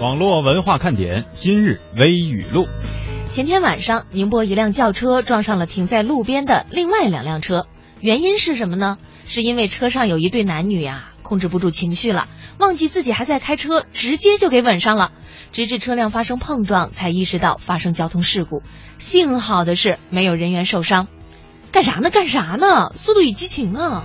网络文化看点今日微语录。前天晚上，宁波一辆轿车撞上了停在路边的另外两辆车，原因是什么呢？是因为车上有一对男女啊，控制不住情绪了，忘记自己还在开车，直接就给吻上了，直至车辆发生碰撞，才意识到发生交通事故。幸好的是没有人员受伤。干啥呢？干啥呢？速度与激情啊！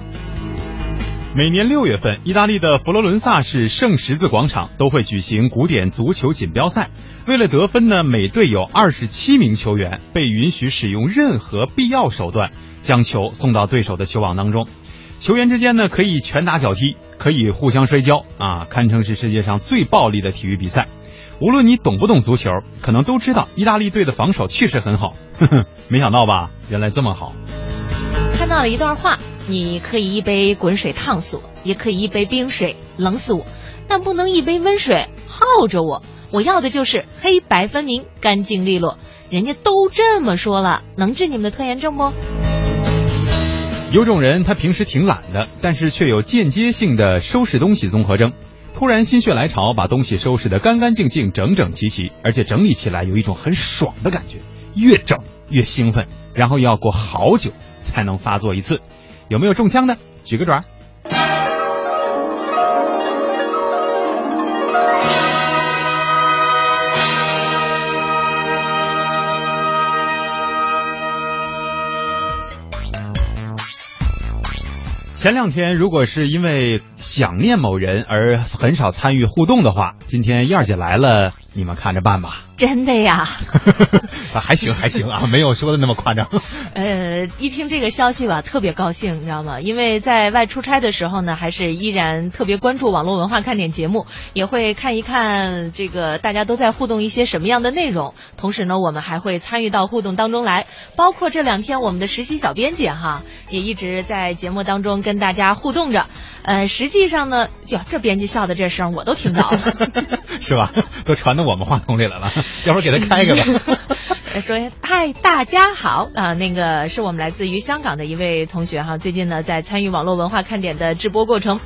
每年六月份，意大利的佛罗伦萨市圣十字广场都会举行古典足球锦标赛。为了得分呢，每队有二十七名球员被允许使用任何必要手段将球送到对手的球网当中。球员之间呢，可以拳打脚踢，可以互相摔跤啊，堪称是世界上最暴力的体育比赛。无论你懂不懂足球，可能都知道意大利队的防守确实很好。 呵呵，没想到吧？原来这么好。看到了一段话，你可以一杯滚水烫死我，也可以一杯冰水冷死我，但不能一杯温水耗着我。我要的就是黑白分明、干净利落。人家都这么说了，能治你们的拖延症不？有种人，他平时挺懒的，但是却有间接性的收拾东西综合征。突然心血来潮，把东西收拾得干干净净、整整齐齐，而且整理起来有一种很爽的感觉，越整越兴奋，然后要过好久才能发作一次。有没有中枪的？举个爪儿。前两天如果是因为想念某人而很少参与互动的话，今天燕儿姐来了，你们看着办吧。 真的呀？啊还行还行啊，没有说的那么夸张。呃，一听这个消息吧，特别高兴，你知道吗？因为在外出差的时候呢，还是依然特别关注网络文化看点节目，也会看一看这个大家都在互动一些什么样的内容。同时呢，我们还会参与到互动当中来，包括这两天我们的实习小编辑哈，也一直在节目当中跟大家互动着。呃，实际上呢，哟，这编辑笑的这声我都听到了。 是吧？都传到我们话筒里来了，要不然给他开开吧。呃 说嗨，大家好啊、那个是我们来自于香港的一位同学哈，最近呢在参与网络文化看点的直播过程。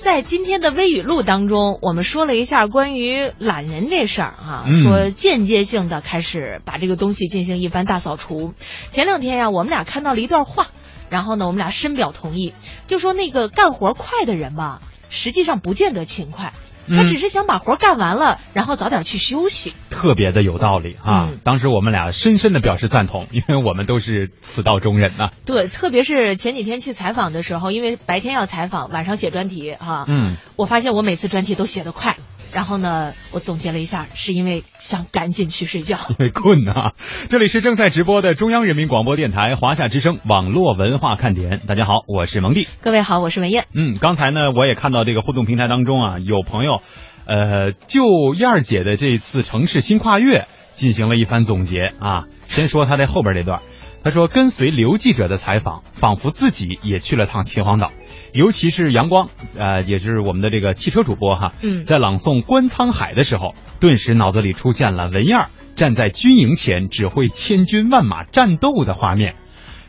在今天的微语录当中，我们说了一下关于懒人这事儿哈、嗯说间接性的开始把这个东西进行一番大扫除。前两天呀，我们俩看到了一段话，然后呢，我们俩深表同意，就说那个干活快的人吧，实际上不见得勤快，他嗯只是想把活干完了，然后早点去休息。 特别的有道理啊！嗯当时我们俩深深的表示赞同，因为我们都是此道中人呐、对，特别是前几天去采访的时候，因为白天要采访，晚上写专题哈、嗯，我发现我每次专题都写得快，然后呢，我总结了一下，是因为想赶紧去 睡觉。 因为困啊。这里是正在直播的中央人民广播电台华夏之声网络文化看点，大家好，我是蒙蒂。各位好，我是 文燕。嗯，刚才呢，我也看到这个互动平台当中啊，有朋友，呃，就燕儿姐的这次城市新跨越进行了一番总结啊。先说她这后边这段，她说跟随刘记者的采访，仿佛自己也去了趟秦皇岛。尤其是阳光，呃，也是我们的这个汽车主播哈，嗯在朗诵《观沧海》的时候，顿时脑子里出现了文燕儿站在军营前指挥千军万马战斗的画面。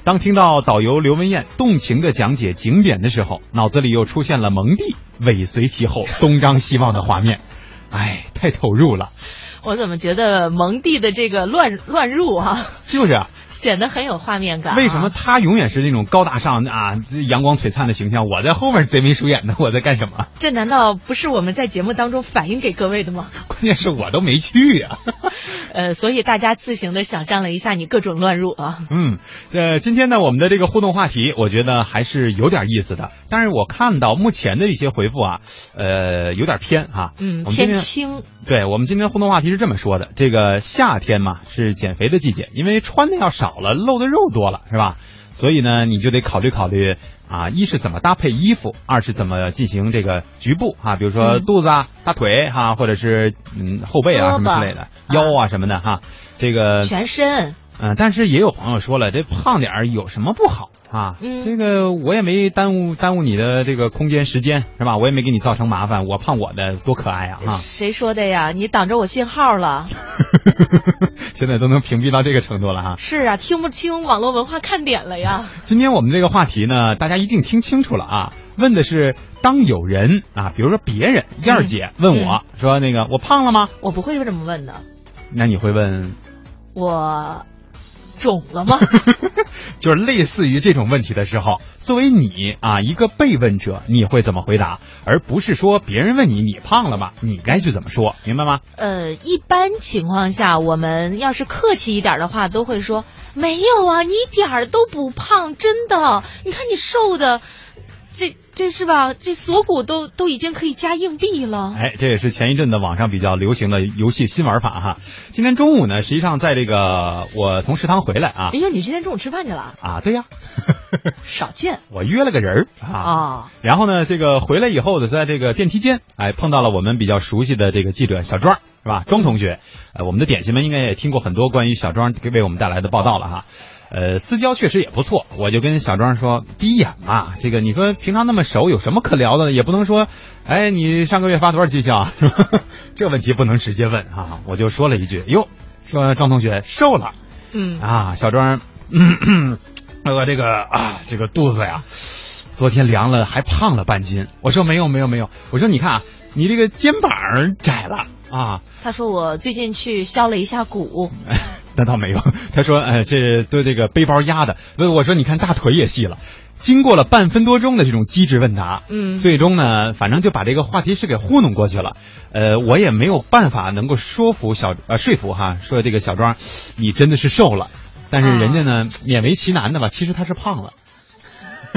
当听到导游刘文艳动情地讲解景点的时候，脑子里又出现了蒙蒂尾随其后、东张西望的画面。哎，太投入了，我怎么觉得蒙蒂的这个乱乱入啊，是不是啊？显得很有画面感、啊为什么？他永远是那种高大上啊、这阳光璀璨的形象？我在后面贼眉鼠眼的，我在干什么？这难道不是我们在节目当中反映给各位 的吗？关键是我都没去呀、呃，所以大家自行的想象了一下你各种乱入啊。嗯，呃，今天呢，我们的这个互动话题，我觉得还是有点意思的。但是我看到目前的一些回复啊，呃，有点偏啊。嗯，我们今偏天轻，对我们今天互动话题是这么说的：这个夏天嘛是减肥的季节，因为穿的要少了，露的肉多了，是吧？所以呢，你就得考虑考虑啊，一是怎么搭配衣服，二是怎么进行这个局部啊，比如说嗯肚子啊、大腿哈、或者是嗯后背啊胳什膊么之类的，腰啊什么的哈、这个全身。嗯、但是也有朋友说了，这胖点儿有什么不好啊？嗯这个我也没耽误耽误你的这个空间时间是吧？我也没给你造成麻烦，我胖我的多可爱啊！ 哈、谁说的呀？你挡着我信号了？现在都能屏蔽到这个程度了哈。是啊，听不清网络文化看点了呀。今天我们这个话题呢，大家一定听清楚了啊。问的是当有人啊，比如说别人燕儿姐问我、说那个我胖了吗？ 我不会这么问的，那你会问，我肿了 吗？ 就是类似于这种问题的时候，作为你啊一个被问者，你会怎么回答？而不是说别人问你你胖了吗？你该去怎么说？明白吗？呃，一般情况下，我们要是客气一点的话，都会说没有啊，你一点儿都不胖，真的。你看你瘦的，这这是吧？这锁骨都都已经可以加硬币了。哎，这也是前一阵子网上比较流行的游戏新玩法哈。今天中午呢，实际上在这个我从食堂回来啊哎呦，你今天中午吃饭去了？啊，对呀、 少见我约了个人儿啊、啊。然后呢，这个回来以后呢，在这个电梯间，哎，碰到了我们比较熟悉的这个记者小庄，是吧？庄同学，呃，我们的点心们应该也听过很多关于小庄给为我们带来的报道了哈。呃，私交确实也不错，我就跟小庄说，第一眼嘛，这个你说平常那么熟，有什么可聊的呢？也不能说，哎，你上个月发多少绩效啊？ 是吧这问题不能直接问啊，我就说了一句，哟，说庄同学瘦了。嗯，啊，小庄，嗯，我这个啊，这个肚子呀，昨天量了还胖了半斤。我说没有没有没有，我说你看啊，你这个肩膀窄了啊，他说我最近去削了一下骨， 那倒没有。他说，哎，这对这个背包压的。我我说你看大腿也细了。经过了半分多钟的这种机智问答，嗯最终呢，反正就把这个话题是给糊弄过去了。呃，我也没有办法能够说服小呃说服哈，说这个小庄，你真的是瘦了。但啊是人家呢、勉为其难的吧，其实他是胖了。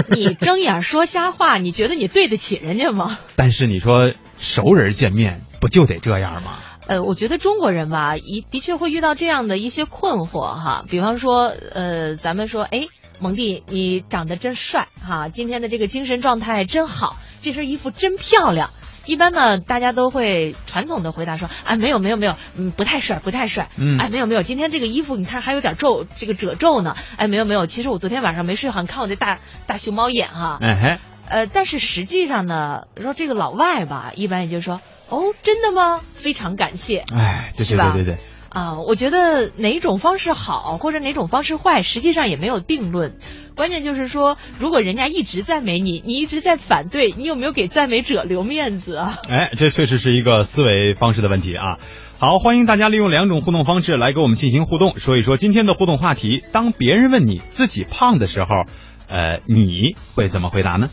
你睁眼说瞎话，你觉得你对得起人家吗？但是你说熟人见面不就得这样吗？呃，我觉得中国人吧，一的确会遇到这样的一些困惑哈，比方说，呃，咱们说，哎，蒙蒂，你长得真帅哈，今天的这个精神状态真好，这身衣服真漂亮。一般呢，大家都会传统的回答说，啊，没有没有没有，嗯，不太帅，不太帅，嗯哎，没有没有，今天这个衣服你看还有点皱，这个褶皱呢，哎，没有没有，其实我昨天晚上没睡好，你看我这大大熊猫眼哈，哎嘿，呃，但是实际上呢，说这个老外吧，一般也就说，哦，真的吗？非常感谢哎，对是对吧对对对，啊、我觉得哪种方式好，或者哪种方式坏，实际上也没有定论。关键就是说，如果人家一直赞美你，你一直在反对，你有没有给赞美者留面子啊？哎，这确实是一个思维方式的问题啊。好，欢迎大家利用两种互动方式来跟我们进行互动，说一说今天的互动话题：当别人问你自己胖的时候，呃，你会怎么回答呢？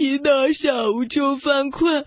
一到下午就犯困，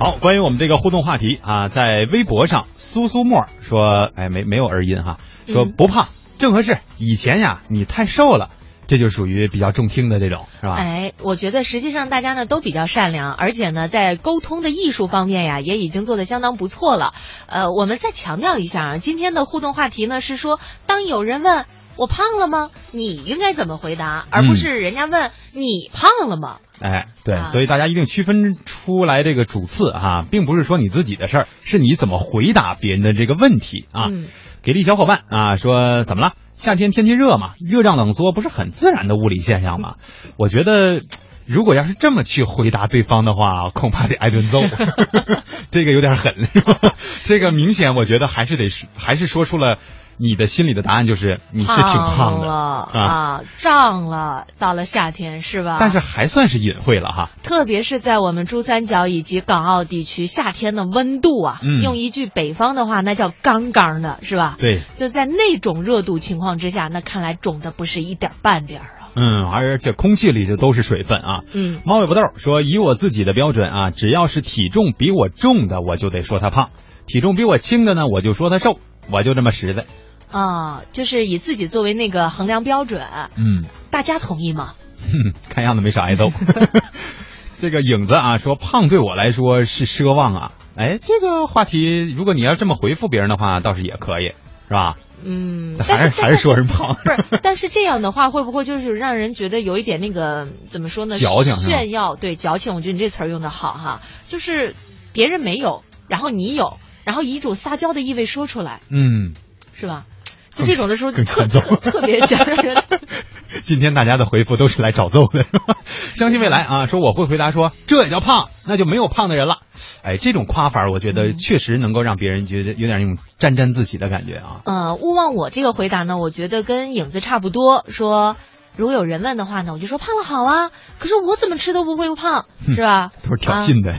好，关于我们这个互动话题啊，在微博上，苏苏沫说，哎，没没有儿音哈，说嗯不胖，正合适。以前呀，你太瘦了，这就属于比较中听的这种，是吧？哎，我觉得实际上大家呢都比较善良，而且呢在沟通的艺术方面呀，也已经做得相当不错了。呃，我们再强调一下啊，今天的互动话题呢是说，当有人问我胖了吗，你应该怎么回答，而不是人家问你胖了吗？哎，对，啊所以大家一定区分出来这个主次啊，并不是说你自己的事儿，是你怎么回答别人的这个问题啊。嗯给力小伙伴啊，说怎么了？夏天天气热嘛，热胀冷缩不是很自然的物理现象吗？我觉得，如果要是这么去回答对方的话，恐怕得挨顿 揍。这个有点狠，是吧？这个明显我觉得还是得说还是说出了你的心里的答案，就是你是挺胖了的，啊胀了，到了夏天是吧？但是还算是隐晦了哈。特别是在我们珠三角以及港澳地区，夏天的温度啊，嗯用一句北方的话，那叫杠杠的，是吧？对，就在那种热度情况之下，那看来肿的不是一点儿半点儿啊。嗯，而且空气里就都是水分啊。嗯，猫尾巴豆说：“以我自己的标准啊，只要是体重比我重的，我就得说他胖；体重比我轻的呢，我就说他瘦，我就这么实在。啊，就是以自己作为那个衡量标准，嗯，大家同意吗？哼 看样子没啥爱豆。这个影子啊说：“胖对我来说是奢望啊。”哎，这个话题如果你要这么回复别人的话，倒是也可以，是吧？嗯，但但还是还是说人胖不是，但是这样的话会不会就是让人觉得有一点那个怎么说呢？矫情是吧炫耀，对，矫情。我觉得你这词儿用的好哈，就是别人没有，然后你有，然后以一种撒娇的意味说出来， 嗯，是吧？就更这种的时候，更特 欠揍特特别想让人 今天大家的回复都是来找揍的，是吧？ 相信未来啊，说我会回答说这也叫胖，那就没有胖的人了。哎，这种夸法儿我觉得确实能够让别人觉得有点那种沾沾自喜的感觉啊。呃，勿忘我这个回答呢，我觉得跟影子差不多。说如果有人问的话呢，我就说胖了好啊，可是我怎么吃都不会胖，是吧？啊都是挑衅的，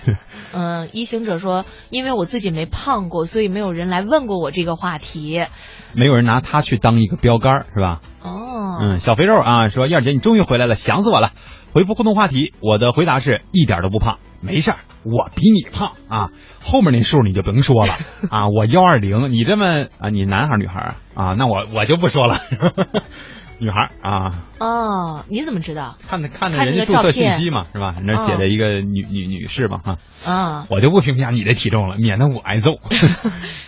嗯，一行者说，因为我自己没胖过，所以没有人来问过我这个话题。 没有人拿他去当一个标杆儿，是吧？哦，嗯，小肥肉啊说燕儿姐你终于回来了，想死我了。回复互动话题，我的回答是一点都不胖，没事儿，我比你胖啊。后面那数你就甭说 了啊，我幺二零，你这么啊，你男孩儿女孩儿啊？那我我就不说了， 女孩儿啊，哦，你怎么知道？看着看着看这人家个注照册信片嗯息嘛，是吧？人那写着一个女、女女士嘛哈，啊、我就不评价你的体重了，免得我挨 揍。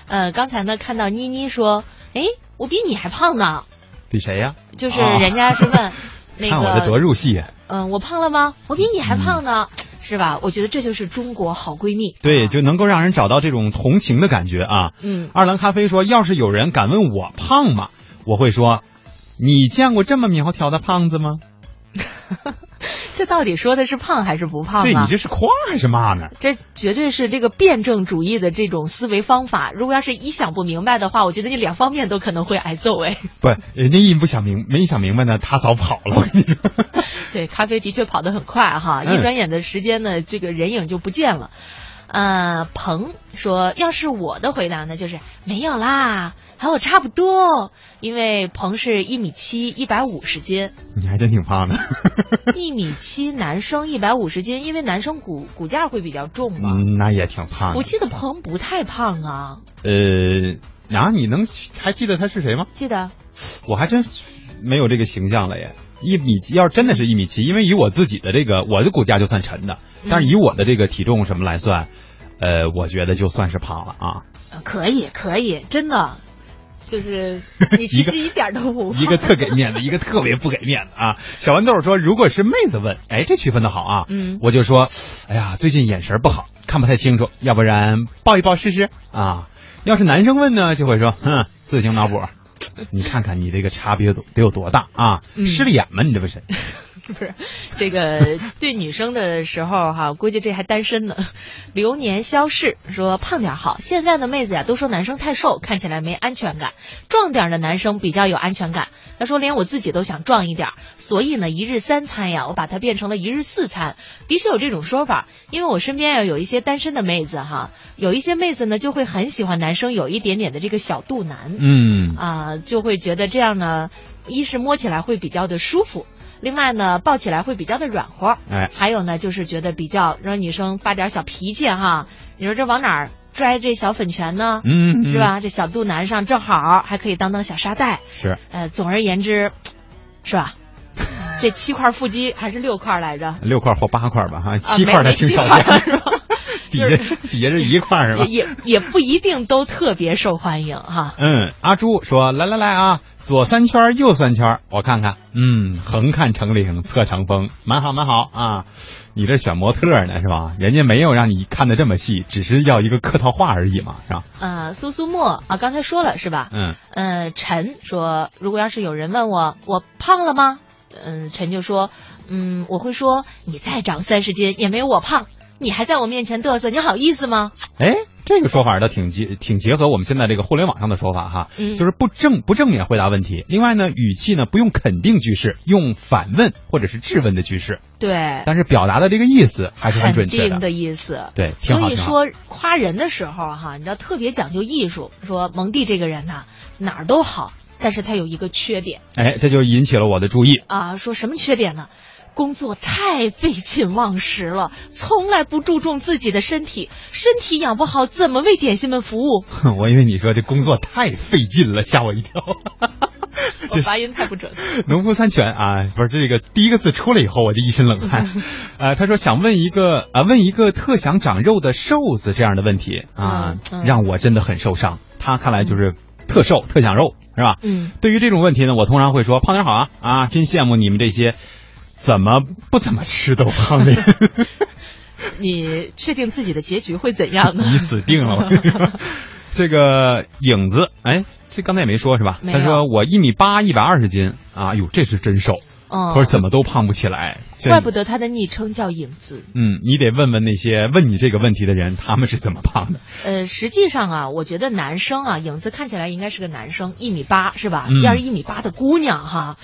呃，刚才呢看到妮妮说，哎，我比你还胖呢，比谁呀、就是哦人家 是问、那个，看我这多入戏呀、啊嗯、我胖了吗？我比嗯你还胖呢，是吧？我觉得这就是中国好闺蜜。对，啊就能够让人找到这种同情的感觉啊。嗯二郎咖啡说，要是有人敢问我胖吗，我会说，你见过这么苗条的胖子吗？这到底说的是胖还是不胖对你啊？这是夸还是骂呢？这绝对是这个辩证主义的这种思维方法。如果要是一想不明白的话，我觉得你两方面都可能会挨揍哎。不，人家一不想明没想明白呢，他早跑了。我跟你说， 对，咖啡的确跑得很快哈，嗯一转眼的时间呢，这个人影就不见了。呃，鹏说，要是我的回答呢，就是没有啦，和我差不多，因为鹏是一米七，一百五十斤，你还真挺胖的。一米七男生一百五十斤，因为男生骨骨架会比较重嘛。嗯，那也挺胖我的。记得鹏不太胖啊，呃，然、后你能还记得他是谁吗？记得我还真没有这个形象了耶。一米七，要是真的是一米七，因为以我自己的这个我的骨架就算沉的，嗯但是以我的这个体重什么来算，呃，我觉得就算是胖了啊。呃可以可以，真的，就是 你一其个实一点儿都不 胖。一个特给面子，一个特别不给面子啊。小豌豆说，如果是妹子问，哎，这区分的好啊，嗯我就说，哎呀，最近眼神不好，看不太清楚，要不然抱一抱试试啊。要是男生问呢，就会说，哼，自行脑补。你看看你这个差别得得有多大啊！嗯失了眼吗？你这不是？ 不是这个对女生的时候哈、估计这还单身呢。流年消逝说胖点儿好，现在的妹子呀都说男生太瘦，看起来没安全感，壮点儿的男生比较有安全感。他说连我自己都想壮一点儿，所以呢一日三餐呀，我把它变成了一日四餐。的确有这种说法，因为我身边呀有一些单身的妹子哈，有一些妹子呢就会很喜欢男生有一点点的这个小肚腩。 嗯，啊、就会觉得这样呢，一是摸起来会比较的舒服，另外呢，抱起来会比较的软和，哎，还有呢，就是觉得比较让女生发点小脾气哈。你说这往哪儿拽这小粉拳呢？嗯，是？吧？这小肚腩上正好还可以当当小沙袋。是，呃，总而言之，是吧？这七块腹肌还是六块来着？六块或八块吧，哈，啊七块没的没挺七少块见，是吧 底就是下底下是一块是吧也？也也不一定都特别受欢迎哈。嗯，阿朱说：“来来来啊，左三圈儿，右三圈儿，我看看。嗯，横看成岭侧成峰，蛮好蛮好啊。你这选模特呢是吧？人家没有让你看的这么细，只是要一个客套话而已嘛，是吧？呃，苏苏沫啊，刚才说了是吧？嗯，呃，陈说，如果要是有人问我我胖了吗？嗯，陈就说，嗯，我会说你再长三十斤也没有我胖，你还在我面前嘚瑟，你好意思吗？哎，这个说法倒挺结挺结合我们现在这个互联网上的说法哈，嗯就是不正不正面回答问题。另外呢，语气呢不用肯定句式，用反问或者是质问的句式，对，但是表达的这个意思还是很肯准确定的。的意思。对，挺好所以挺好。说夸人的时候哈、你知道特别讲究艺术。说蒙蒂这个人呐、哪儿都好，但是它有一个缺点哎，这就引起了我的注意。啊，说什么缺点呢？工作太废寝忘食了，从来不注重自己的身体，身体养不好怎么为点心们服 务？哼我以为你说这工作太费劲了，吓我一跳。我发音太不准。农夫山泉啊，不是这个第一个字出来以后，我就一身冷 汗。呃，他说想问一个啊、问一个特想长肉的瘦子这样的问题啊嗯，嗯让我真的很受伤。他看来就是特瘦，特想肉，是吧？嗯，对于这种问题呢，我通常会说胖点好啊啊，真羡慕你们这些怎么不怎么吃都胖的人。 你确定自己的结局会怎样 呢？你死定了！我跟你 说，这个影子，哎，这刚才也没说是吧？没有他说我一米八，一百二十斤啊，哟，这是真瘦，嗯可是怎么都胖不起来。现在怪不得他的昵称叫影子。嗯，你得问问那些问你这个问题的人，他们是怎么胖的？呃，实际上啊，我觉得男生啊，影子看起来应该是个男生，一米八是吧？嗯要是一米八的姑娘哈，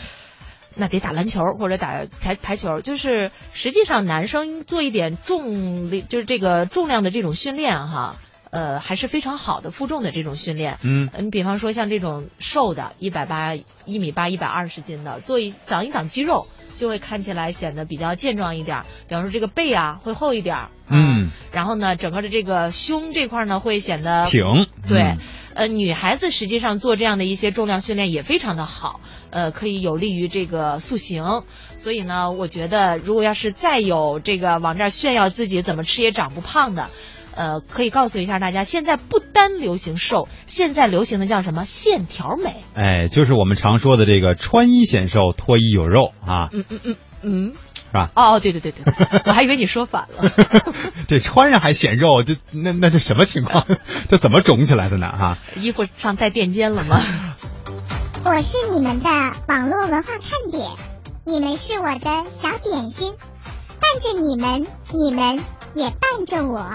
那得打篮球或者打排排球。就是实际上男生做一点重力，就是这个重量的这种训练哈，呃，还是非常好的负重的这种训练。嗯，呃你比方说像这种瘦的，一百八、一米八、一百二十斤的，做一长一长肌肉，就会看起来显得比较健壮一点儿。比方说这个背啊会厚一点儿，啊嗯，然后呢，整个的这个胸这块呢会显得挺呃对嗯，呃，女孩子实际上做这样的一些重量训练也非常的好，呃，可以有利于这个塑形。所以呢，我觉得如果要是再有这个往这儿炫耀自己怎么吃也长不胖的，呃，可以告诉一下大家，现在不单流行瘦，现在流行的叫什么线条美？哎，就是我们常说的这个穿衣显瘦，脱衣有肉 啊， 嗯嗯嗯嗯，是吧？哦，对对对对， 我还以为你说反了。这穿上还显肉，这那那这什么情况？ 这怎么肿起来的呢？哈、啊衣服上带垫肩了 吗？我是你们的网络文化看点，你们是我的小点心，伴着你们，你们也伴着我。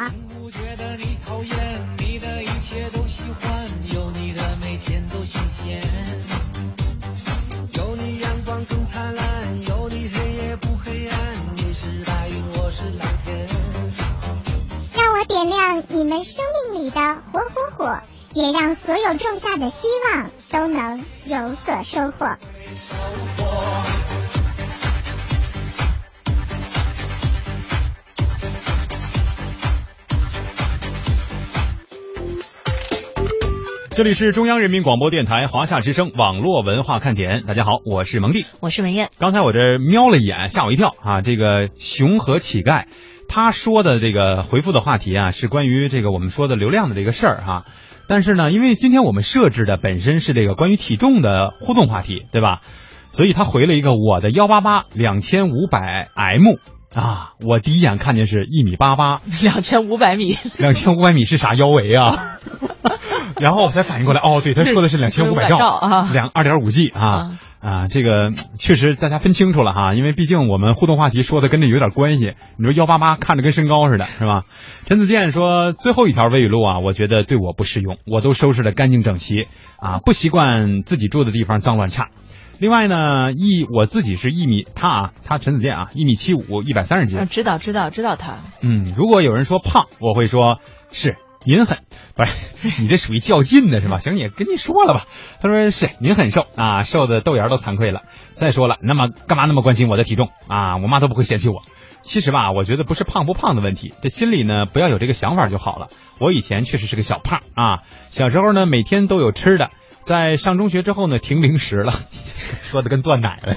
不觉得你讨厌，你的一切都喜欢，有你的每天都新鲜。有你阳光更灿烂，有你黑夜不黑暗，你是白云，我是蓝天。让我点亮你们生命里的火火火，也让所有种下的希望都能有所收获。这里是中央人民广播电台华夏之声网络文化看点，大家好，我是蒙蒂。我是文燕。刚才我这瞄了一眼，吓我一跳啊！这个熊和乞丐，他说的这个回复的话题啊，是关于这个我们说的流量的这个事儿哈、但是呢，因为今天我们设置的本身是这个关于体重的互动话题，对吧？所以他回了一个我的幺八八两千五百 m 啊，我第一眼看见是一米八八，两千五百米，两千五百米是啥腰围 啊？然后我才反应过来，哦，对，他说的是两千五百兆2500啊两二点五 G 啊啊，这个嗯确实大家分清楚了哈，因为毕竟我们互动话题说的跟这有点关系。你说幺八八看着跟身高似的，是吧？陈子健说最后一条微语录啊，我觉得对我不适用，我都收拾的干净整齐啊，不习惯自己住的地方脏乱差。另外呢，一我自己是一米，他啊，他陈子健啊，一米七五，一百三十斤嗯，，知道知道知道他。嗯，如果有人说胖，我会说是您很，不是你这属于较劲的是吧？行，也跟您说了吧。他说是您很瘦啊，瘦的豆芽都惭愧了。再说了，那么干嘛那么关心我的体重啊？我妈都不会嫌弃我。其实吧，我觉得不是胖不胖的问题，这心里呢不要有这个想法就好了。我以前确实是个小胖啊，小时候呢每天都有吃的，在上中学之后呢停零食了， 说的 跟断奶了，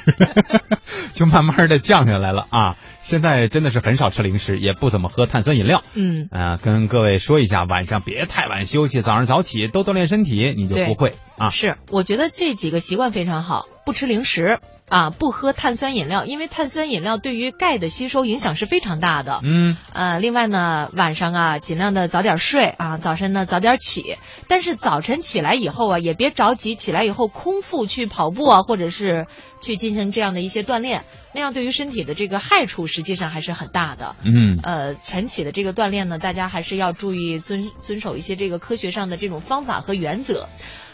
就慢慢的降下来了啊。现在真的是很少吃零食，也不怎么喝碳酸饮料。嗯，啊，跟各位说一下，晚上别太晚休息，早上早起，多锻炼身体，你就对不会啊。是，我觉得这几个习惯非常好，不吃零食啊，不喝碳酸饮料，因为碳酸饮料对于钙的吸收影响是非常大的。嗯，呃，另外呢，晚上啊，尽量的早点睡啊，早晨呢早点起。但是早晨起来以后啊，也别着急，起来以后空腹去跑步啊，或者是去进行这样的一些锻炼，那样对于身体的这个害处实际上还是很大的。嗯，呃晨起的这个锻炼呢，大家还是要注意遵遵守一些这个科学上的这种方法和原则。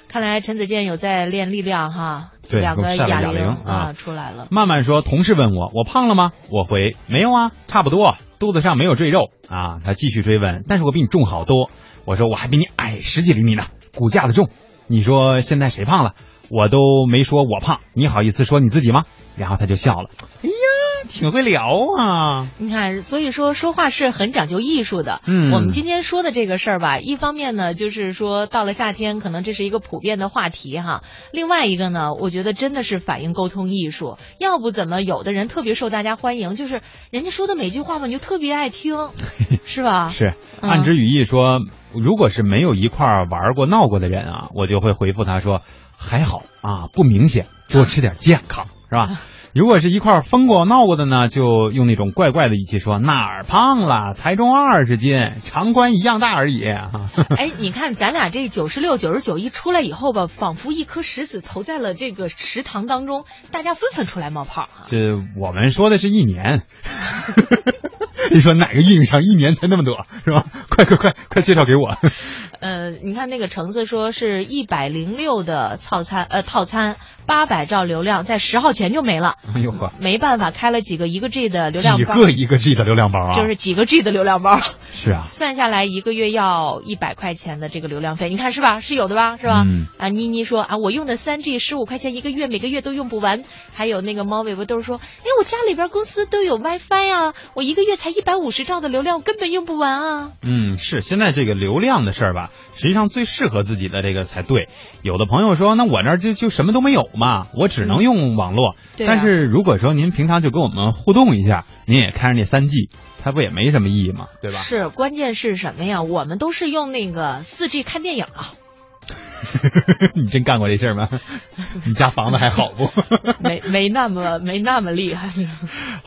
看来陈子健有在练力量哈，对两个我晒了哑哑铃铃啊出来了。曼曼说，同事问我，我胖了吗？我回没有啊，差不多，肚子上没有赘肉啊。他继续追问，但是我比你重好多。我说我还比你矮十几厘米呢，骨架子重。你说现在谁胖了？我都没说我胖，你好意思说你自己吗？然后他就笑了，哎呀，挺会聊啊。你看，所以说说话是很讲究艺术的。嗯我们今天说的这个事儿吧，一方面呢，就是说到了夏天，可能这是一个普遍的话题哈。另外一个呢，我觉得真的是反映沟通艺术，要不怎么有的人特别受大家欢迎，就是人家说的每句话吧，你就特别 爱听，是吧？是，嗯按之语义说，如果是没有一块儿玩过闹过的人啊，我就会回复他说还好啊，不明显，多吃点健康，是嗯吧？如果是一块儿疯过闹过的呢，就用那种怪怪的语气说哪儿胖了，才重二十斤，长官一样大而已。啊哈哈 哎，你看咱俩这九十六、九十九一出来以后吧，仿佛一颗石子投在了这个食堂当中，大家纷纷出来冒泡 啊。这我们说的是一年， 你说哪个运营商一年才那么多，是吧？快快快快介绍给我。呃，你看那个橙子说是一百零六的套餐，呃，套餐八百兆流量在十号前就没了，哎呦呵，没办法开了几个一个 G 的流量几包，个一个 G 的流量包啊！就是几个 G 的流量包，是啊，算下来一个月要一百块钱的这个流量费，你看是吧？是有的吧？是吧？嗯啊，妮妮说啊，我用的三 G 十五块钱一个月，每个月都用不完。还有那个猫尾巴都是说，哎，我家里边公司都有 WiFi 啊，我一个月才一百五十兆的流量，我根本用不完啊。嗯，是现在这个流量的事儿吧，实际上最适合自己的这个才对。有的朋友说，那我那儿就就什么都没有嘛，我只能用网络。对啊但是如果说您平常就跟我们互动一下，您也看着那三 G，它不也没什么意义嘛，对吧？是，关键是什么呀？我们都是用那个四 G 看电 影啊，你真干过这事 儿吗？你家房子还好不？没没那么没那么厉害。